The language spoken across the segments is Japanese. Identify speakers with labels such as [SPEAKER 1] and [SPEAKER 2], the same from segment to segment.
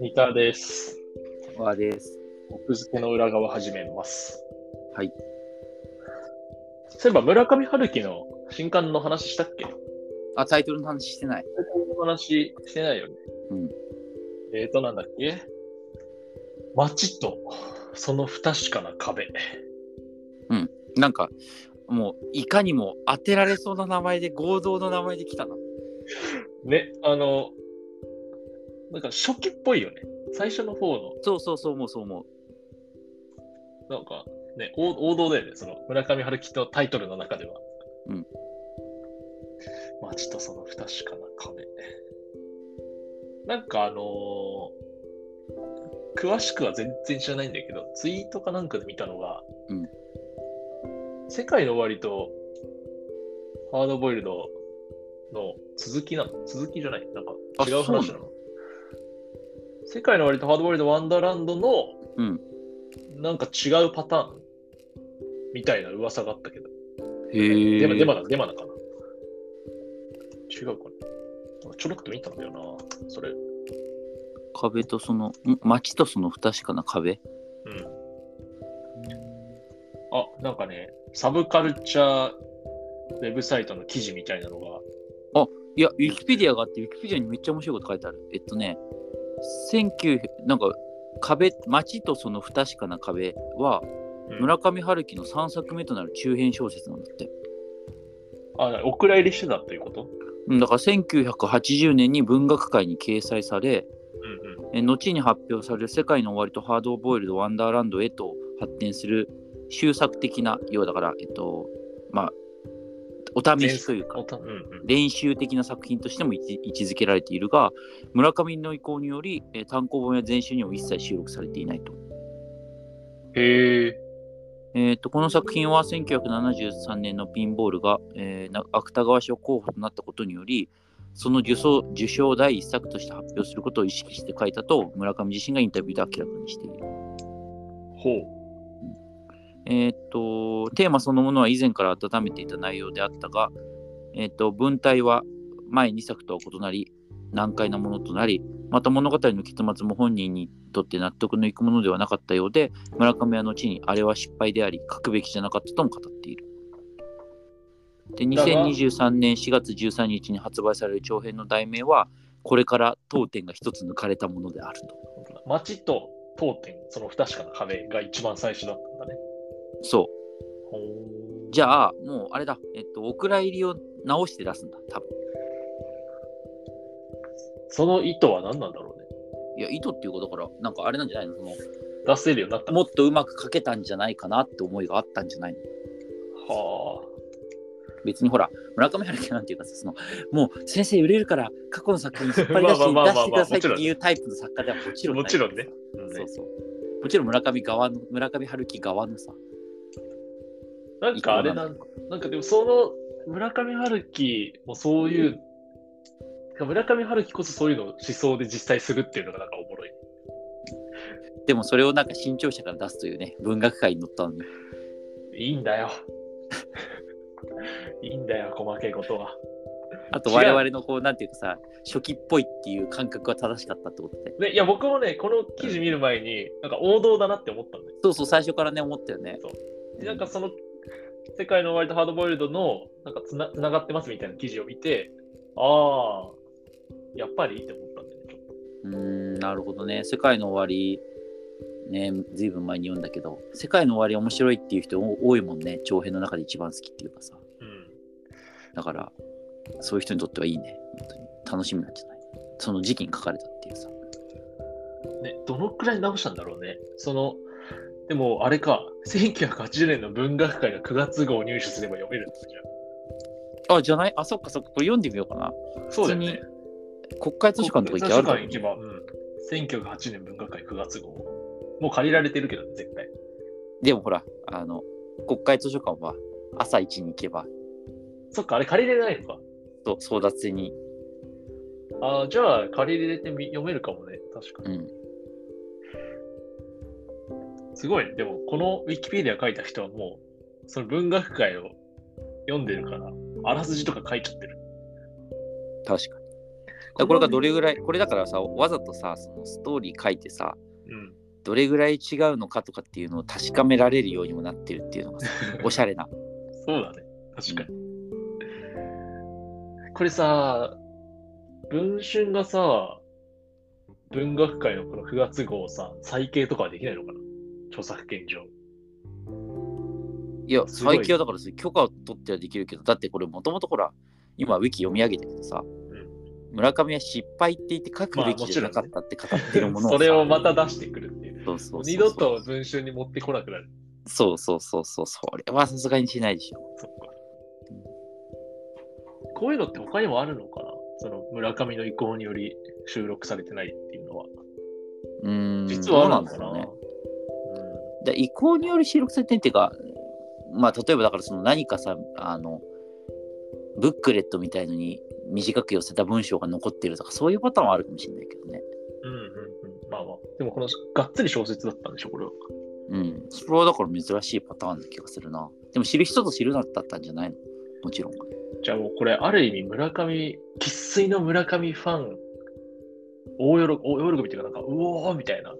[SPEAKER 1] 三田です。
[SPEAKER 2] わです。
[SPEAKER 1] 奥付けの裏側始めます。
[SPEAKER 2] はい。
[SPEAKER 1] そういえば村上春樹の新刊の話したっけ
[SPEAKER 2] あ、タイトルの話してない。
[SPEAKER 1] お話してないよね。
[SPEAKER 2] うん。
[SPEAKER 1] えーと、なんだっけ街とその不確かな壁。
[SPEAKER 2] なんか、もう、いかにも当てられそうな名前で、合同の名前で来たな。
[SPEAKER 1] ね、あの、なんか初期っぽいよね。最初の方の、
[SPEAKER 2] そうそうそう、もうそう思う。
[SPEAKER 1] なんかね、王王道だよね。その村上春樹のタイトルの中では。
[SPEAKER 2] うん。
[SPEAKER 1] 街とその不確かな壁。なんかあのー詳しくは全然知らないんだけど、ツイートかなんかで見たのが、
[SPEAKER 2] うん
[SPEAKER 1] 世界の終わりとハードボイルドの続きなの続きじゃないなんか違う
[SPEAKER 2] あそうなの
[SPEAKER 1] 話なの世界の終わりとハードボイルドワンダーランドの、
[SPEAKER 2] うん
[SPEAKER 1] なんか違うパターンみたいな噂があったけど、
[SPEAKER 2] へ
[SPEAKER 1] デマデマだ、デマだかな。違うかな。ちょろっと見たんだよな、それ。
[SPEAKER 2] 壁とその、ん街とその不確かな壁。
[SPEAKER 1] うん。あ、なんかね、サブカルチャーウェブサイトの記事みたいなのが、
[SPEAKER 2] いや、ウィキペディアがあって、ウィキペディアにめっちゃ面白いこと書いてある。えっとね、1900、なんか、壁、街とその不確かな壁は、
[SPEAKER 1] うん
[SPEAKER 2] 村上春樹の3作目となる中編小説なんだって。
[SPEAKER 1] あ、お蔵入りしてたっていうこと
[SPEAKER 2] うんだから1980年に文学界に掲載され、
[SPEAKER 1] うんうん。
[SPEAKER 2] えー後に発表される「世界の終わり」と「ハードボイルド・ワンダーランド」へと発展する終作的なようだから、えっとまあ、お試しというか
[SPEAKER 1] おたうんうん。
[SPEAKER 2] 練習的な作品としても位置位置づけられているが村上の意向により、えー単行本や全集にも一切収録されていないと。
[SPEAKER 1] へえ。
[SPEAKER 2] えー、とこの作品は1973年のピンボールが、えーな芥川賞候補となったことによりその受賞受賞第一作として発表することを意識して書いたと村上自身がインタビューで明らかにしている。
[SPEAKER 1] ほう。
[SPEAKER 2] えーっとテーマそのものは以前から温めていた内容であったが、えーっと文体は前2作とは異なり難解なものとなりまた物語の結末も本人にとって納得のいくものではなかったようで村上は後にあれは失敗であり書くべきじゃなかったとも語っている。で
[SPEAKER 1] だが
[SPEAKER 2] 2023年4月13日に発売される長編の題名はこれから当店が一つ抜かれたものであると。
[SPEAKER 1] 街と当店、その不確かな壁が一番最初だったんだね。
[SPEAKER 2] そう
[SPEAKER 1] ほう。
[SPEAKER 2] じゃあ、もうあれだ、えっと、お蔵入りを直して出すんだ、多分
[SPEAKER 1] その意図は何なんだろうね。
[SPEAKER 2] いや、意図っていうことから、なんかあれなんじゃないのその
[SPEAKER 1] 出せるようになったの
[SPEAKER 2] もっとうまく書けたんじゃないかなって思いがあったんじゃないの
[SPEAKER 1] は
[SPEAKER 2] 別にほら、村上春樹なんていうかさ、そのもう先生売れるから過去の作品引っ張り出し
[SPEAKER 1] まあまあまあ
[SPEAKER 2] て
[SPEAKER 1] ま
[SPEAKER 2] 出し
[SPEAKER 1] あ
[SPEAKER 2] て
[SPEAKER 1] ま
[SPEAKER 2] く
[SPEAKER 1] あ
[SPEAKER 2] ださいっていうタイプの作家ではもちろんない
[SPEAKER 1] もちろんね。あ、
[SPEAKER 2] そうそう。もちろん村上側の、村上春樹側のさ、
[SPEAKER 1] なんかあれな
[SPEAKER 2] 意
[SPEAKER 1] んなんかでもその村上春樹もそういう、村上春樹こそそういうのを思想で実際するっていうのがなんかおもろい。
[SPEAKER 2] でもそれをなんか新潮社から出すというね、文学界に載ったのに。
[SPEAKER 1] いいんだよ。いいんだよ、細けいことは。
[SPEAKER 2] あと
[SPEAKER 1] 違う
[SPEAKER 2] 我々のこう、なんていうかさ、初期っぽいっていう感覚が正しかったってことで。
[SPEAKER 1] ね、いや、僕もね、この記事見る前に、なんか王道だなって思ったんだよ。
[SPEAKER 2] そうそう、最初からね、思ったよね。
[SPEAKER 1] そう
[SPEAKER 2] う
[SPEAKER 1] でなんかその、世界の終わりとハードボイルドの、なんかつなつながってますみたいな記事を見て、ああ、やっぱりって思ったんだよね。
[SPEAKER 2] うーんなるほどね。世界の終わり、ね、ずいぶん前に読んだけど、世界の終わり面白いっていう人多多いもんね。長編の中で一番好きっていうかさ。
[SPEAKER 1] うん。
[SPEAKER 2] だから、そういう人にとってはいいね。本当に楽しみなんじゃないその時期に書かれたっていうさ。
[SPEAKER 1] ね、どのくらい直したんだろうね。その、でもあれか、1980年の文学界の9月号を入手すれば読めるんですじゃ
[SPEAKER 2] あ、じゃないあ、そっかそっか。これ読んでみようかな。
[SPEAKER 1] ん。そうだよね。
[SPEAKER 2] 国会図書館とか行ってあるか
[SPEAKER 1] 図書館行けば、うん。1908年文学界9月号。もう借りられてるけどね、絶対。
[SPEAKER 2] でもほら、あの、国会図書館は朝一に行けば、
[SPEAKER 1] そっか、あれ借りれないのか。
[SPEAKER 2] と争奪戦に、
[SPEAKER 1] ああ、じゃあ借りれてみ読めるかもね、確か
[SPEAKER 2] う
[SPEAKER 1] に。
[SPEAKER 2] ん。
[SPEAKER 1] すごいね。でも、このウィキペディア書いた人はもう、その文学界を読んでるから、あらすじとか書いちゃってる。
[SPEAKER 2] 確かに。だからこれがどれぐらい、これだからさ、わざとさ、そのストーリー書いてさ、
[SPEAKER 1] うん。
[SPEAKER 2] どれぐらい違うのかとかっていうのを確かめられるようにもなってるっていう のがさおしゃれな。
[SPEAKER 1] そうだね。確かに。これさ、文春がさ、文学界のこの9月号をさ、再掲とかはできないのかな著作権上。
[SPEAKER 2] いや、
[SPEAKER 1] すごい
[SPEAKER 2] 最強だからそれ許可を取ってはできるけど、だってこれもともとほら、今ウィキ読み上げてるけどさ、村上は失敗って言って書くべきじゃなかったって語ってるものをさ
[SPEAKER 1] それをまた出してくるっていう。
[SPEAKER 2] そうそうそうそう
[SPEAKER 1] 二度と文春に持ってこなくなる。
[SPEAKER 2] そうそうそうそう、それはさすがにしないでしょ。
[SPEAKER 1] そっか。こういうのって他にもあるのかなその村上の意向により収録されてないっていうのは。
[SPEAKER 2] うーん、
[SPEAKER 1] 実はあるの
[SPEAKER 2] ど
[SPEAKER 1] か
[SPEAKER 2] う
[SPEAKER 1] な
[SPEAKER 2] なんだろうね。で移行による収録されてるっていうか、まあ、例えばだからその何かさあのブックレットみたいのに短く寄せた文章が残ってるとかそういうパターンはあるかもしれないけどね。
[SPEAKER 1] うんうんうんうん。まあまあ。でもこのがっつり小説だったんでしょ、これは。
[SPEAKER 2] うん。それはだから珍しいパターンな気がするな。でも知る人ぞ知るだったんじゃないのもちろん。
[SPEAKER 1] じゃあもうこれ、ある意味、村上、生粋の村上ファン、大喜び、大喜びっていうか、なんか、うおーみたいな、
[SPEAKER 2] だ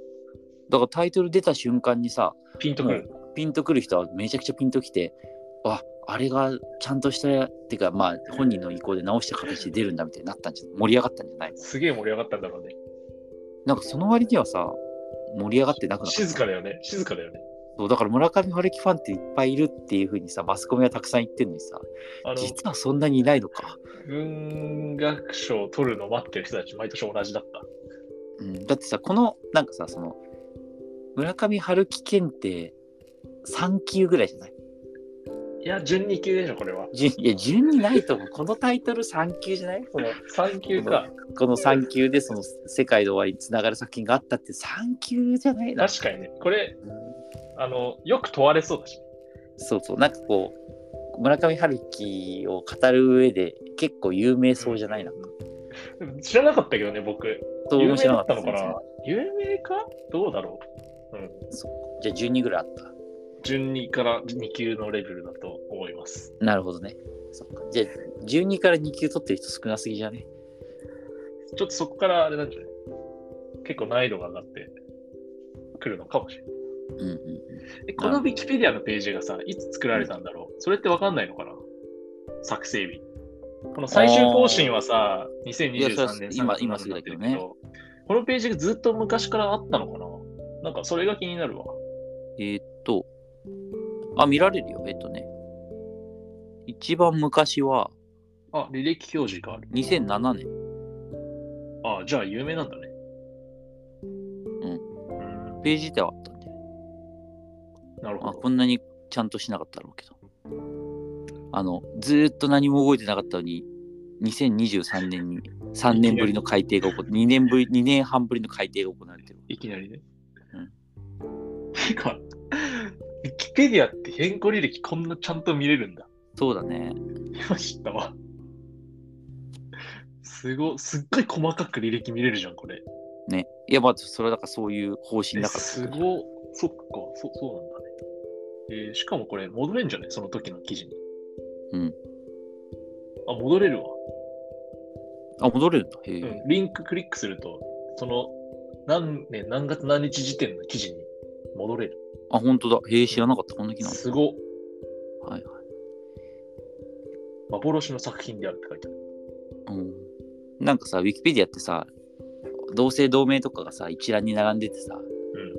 [SPEAKER 2] からタイトル出た瞬間にさ
[SPEAKER 1] ピンとくる。
[SPEAKER 2] ピンとくる人はめちゃくちゃピンときてああれがちゃんとしたっていうかまあ本人の意向で直した形で出るんだみたいになったんじゃ盛り上がったんじゃない
[SPEAKER 1] すげえ盛り上がったんだろうね。
[SPEAKER 2] なんかその割にはさ盛り上がってなくなった
[SPEAKER 1] 静かだよね、静かだよね。
[SPEAKER 2] そうだから村上春樹ファンっていっぱいいるっていうふうにさマスコミはたくさん言ってんのにさ
[SPEAKER 1] あの、
[SPEAKER 2] 実はそんなにいないのか、
[SPEAKER 1] 文学賞を取るの待ってる人たち、毎年同じだった。
[SPEAKER 2] うん、だってさこのなんかさその村上春樹検定3級ぐらいじゃない
[SPEAKER 1] いや、順2級でしょ、これは。
[SPEAKER 2] 順いや順にないと思うこのタイトル3級じゃないこ の
[SPEAKER 1] 3級か。
[SPEAKER 2] この3級でその世界の終わりにつながる作品があったって3級じゃないな
[SPEAKER 1] 確かにね。これ、
[SPEAKER 2] うん
[SPEAKER 1] あの、よく問われそうだし。
[SPEAKER 2] そうそうなんかこう村上春樹を語る上で結構有名そうじゃないな、
[SPEAKER 1] でも知らなかったけどね、僕。
[SPEAKER 2] そう
[SPEAKER 1] 有名
[SPEAKER 2] 面白
[SPEAKER 1] だ
[SPEAKER 2] か
[SPEAKER 1] ったの
[SPEAKER 2] で
[SPEAKER 1] か
[SPEAKER 2] すね
[SPEAKER 1] な有名かどうだろう。うん。
[SPEAKER 2] じゃあ12ぐらいあった
[SPEAKER 1] 順2から2級のレベルだと思います。
[SPEAKER 2] なるほどね。そっかじゃあ、12から2級取ってる人少なすぎじゃね
[SPEAKER 1] ちょっとそこからあれなんじゃない結構難易度が上がってくるのかもしれない。
[SPEAKER 2] うんうんうん。
[SPEAKER 1] えこの Wikipedia のページがさ、いつ作られたんだろうそれってわかんないのかな作成日。この最終更新はさ、
[SPEAKER 2] いやそれは
[SPEAKER 1] 2023年
[SPEAKER 2] 今
[SPEAKER 1] 3月
[SPEAKER 2] 今すぐだけどね
[SPEAKER 1] になってるけどこのページがずっと昔からあったのかななんかそれが気になるわ。
[SPEAKER 2] えーっと、あ、見られるよ。えっとね。一番昔は
[SPEAKER 1] あ、履歴表示がある。
[SPEAKER 2] 2007年。
[SPEAKER 1] あ、じゃあ有名なんだね。うん。
[SPEAKER 2] ページ自体はあったんで。
[SPEAKER 1] なるほ
[SPEAKER 2] あ、
[SPEAKER 1] ど。
[SPEAKER 2] こんなにちゃんとしなかったろうけど。あの、ずーっと何も動いてなかったのに、2023年に3年ぶりの改定が起こって、2年ぶり、2年半ぶりの改定が行われてる。
[SPEAKER 1] いきなりね。てか、ウィキペディアって変更履歴こんなちゃんと見れるんだ。
[SPEAKER 2] そうだね。
[SPEAKER 1] 今知ったわ。すご、すっごい細かく履歴見れるじゃん、これ。
[SPEAKER 2] ね。いや、まあ、それはだからそういう方針だから。
[SPEAKER 1] すご、そっか、そそうなんだね。えーしかもこれ、戻れんじゃないその時の記事に。
[SPEAKER 2] うん。
[SPEAKER 1] あ、戻れるわ。
[SPEAKER 2] あ、戻れるんだ。へえ。
[SPEAKER 1] うん。リンククリックすると、その、何年、何月何日時点の記事に戻れる。
[SPEAKER 2] あ、本当だ。へえ、知らなかった。こんな機能。
[SPEAKER 1] すご、
[SPEAKER 2] はいは
[SPEAKER 1] 幻の作品であるって書いてある。
[SPEAKER 2] い。うん。なんかさ、ウィキペディアってさ、同姓同名とかがさ、一覧に並んでてさ、
[SPEAKER 1] うんうん。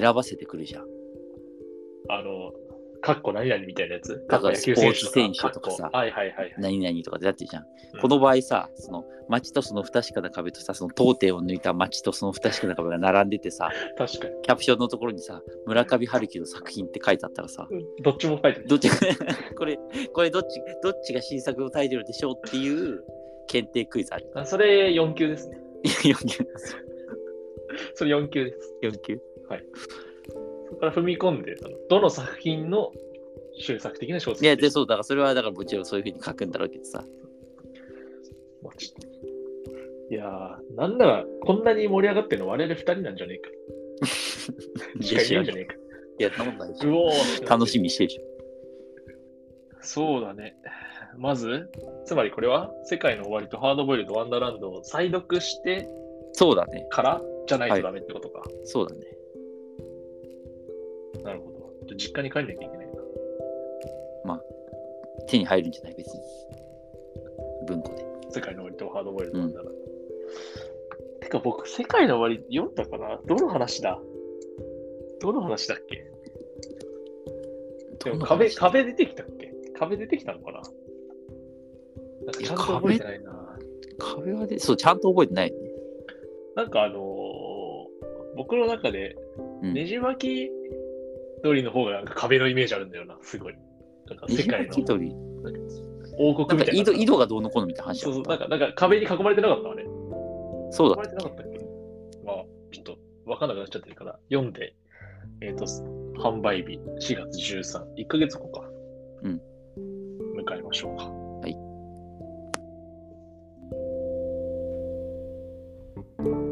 [SPEAKER 2] 選ばせてくるじゃん。
[SPEAKER 1] あの、カッコ何々みたいなやつ。
[SPEAKER 2] だから
[SPEAKER 1] カッコ野球選手
[SPEAKER 2] スポーツ選手とかさ
[SPEAKER 1] カッコはいはいはい。
[SPEAKER 2] 何々とかでやってるじゃん。
[SPEAKER 1] うん
[SPEAKER 2] この場合さ、その、町とその不確かな壁とさ、その当店を抜いた町とその不確かな壁が並んでてさ、
[SPEAKER 1] 確か
[SPEAKER 2] キャプションのところにさ、村上春樹の作品って書いてあったらさ、
[SPEAKER 1] に。どっちも書いてる。
[SPEAKER 2] どっちが これ、これどっち、どっちが新作のタイトルでしょうっていう検定クイズある。
[SPEAKER 1] あそれ4級ですね。
[SPEAKER 2] 4級。
[SPEAKER 1] それ4級です。
[SPEAKER 2] 4級。
[SPEAKER 1] そこから踏み込んで、あのどの作品の終作的な小説
[SPEAKER 2] いや、で、そう、だからそれは、だからもちろんそういうふうに書くんだろうけどさ。
[SPEAKER 1] まあちょっといやー、なんならこんなに盛り上がってるの我々2人なんじゃねえか。しかいないんじゃねえか。
[SPEAKER 2] いや、そんなことないでし
[SPEAKER 1] う
[SPEAKER 2] ょ
[SPEAKER 1] おー
[SPEAKER 2] 楽しみにしてるでしょ。
[SPEAKER 1] そうだね。まず、つまりこれは世界の終わりとハードボイルドワンダーランドを再読して
[SPEAKER 2] そうだね。
[SPEAKER 1] からじゃない
[SPEAKER 2] は
[SPEAKER 1] と
[SPEAKER 2] い
[SPEAKER 1] ダメってことか。
[SPEAKER 2] そうだね。
[SPEAKER 1] なるほど。じゃあ実家に帰んなきゃいけないな。
[SPEAKER 2] 手に入るんじゃない別に。文庫で。
[SPEAKER 1] 世界の終わりとハードボイルドワンダーランド。てか僕、世界の終わり読んだかなどの話だどの話だっけでも壁、壁出てきたっけ壁出てきたのかななんかちゃんと覚えてないな。
[SPEAKER 2] 壁はで、そう、ちゃんと覚えてないよね。
[SPEAKER 1] なんかあのー僕の中で
[SPEAKER 2] うん
[SPEAKER 1] ねじ巻き鳥の方がなんか壁のイメージあるんだよな、すごい。なんか世界の
[SPEAKER 2] ねじ巻き鳥
[SPEAKER 1] 王
[SPEAKER 2] なん
[SPEAKER 1] 国み
[SPEAKER 2] か
[SPEAKER 1] たい
[SPEAKER 2] 井
[SPEAKER 1] な
[SPEAKER 2] 戸。井戸がどうのこうのみたいな話だ
[SPEAKER 1] そうそう、
[SPEAKER 2] っ
[SPEAKER 1] なん
[SPEAKER 2] た。
[SPEAKER 1] かなんか壁に囲まれてなかったあれ。囲
[SPEAKER 2] そうだ
[SPEAKER 1] まれてなかったっけまあ、ちょっとわかんなくなっちゃってるから、読んで、えっ、と、販売日4月13、1ヶ月後か。
[SPEAKER 2] うん。。
[SPEAKER 1] 迎えましょうか。はい